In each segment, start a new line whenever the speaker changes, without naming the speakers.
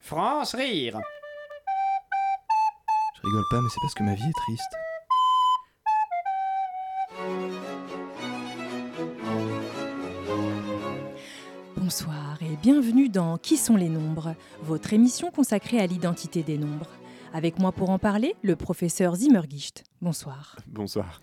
France rire.
Je rigole pas, mais c'est parce que ma vie est triste.
Bonsoir et bienvenue dans Qui sont les nombres Votre émission consacrée à l'identité des nombres. Avec moi pour en parler, le professeur Zimmergicht. Bonsoir.
Bonsoir.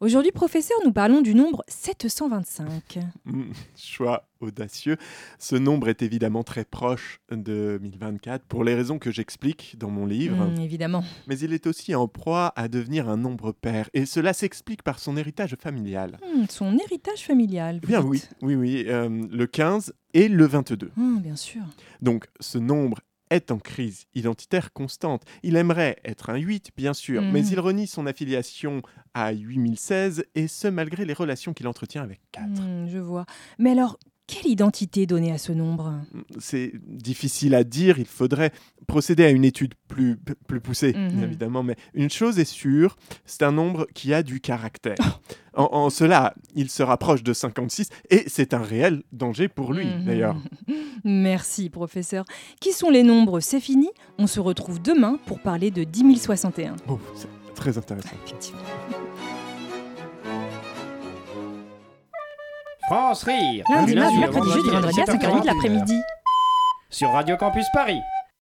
Aujourd'hui, professeur, nous parlons du nombre 725.
Mmh, choix audacieux. Ce nombre est évidemment très proche de 1024 pour les raisons que j'explique dans mon livre.
Mmh, évidemment.
Mais il est aussi en proie à devenir un nombre pair et cela s'explique par son héritage familial.
Hmm, son héritage familial.
Eh
vous
bien
dites.
oui, oui, oui, euh, le 15 et le 22.
Hmm, bien sûr.
Donc ce nombre est en crise identitaire constante. Il aimerait être un 8, bien sûr,
Mhm.
mais il renie son affiliation à 8016, et ce malgré les relations qu'il entretient avec 4.
Hmm, je vois. Mais alors, quelle identité donner à ce nombre
C'est difficile à dire, il faudrait procéder à une étude plus, plus poussée,
Mhm.
évidemment, mais une chose est sûre, c'est un nombre qui a du caractère. En, en cela, il se rapproche de 56, et c'est un réel danger pour lui,
Mhm.
d'ailleurs.
Merci, professeur. Qui sont les nombres C'est fini. On se retrouve demain pour parler de 10 061.
Oh, c'est très intéressant.
Effectivement.
France rire.
Lundi,
Du
mardi,
au
mercredi, jeudi, vendredi à 5h30 de
7h40,
l'après-midi.
Sur Radio Campus Paris.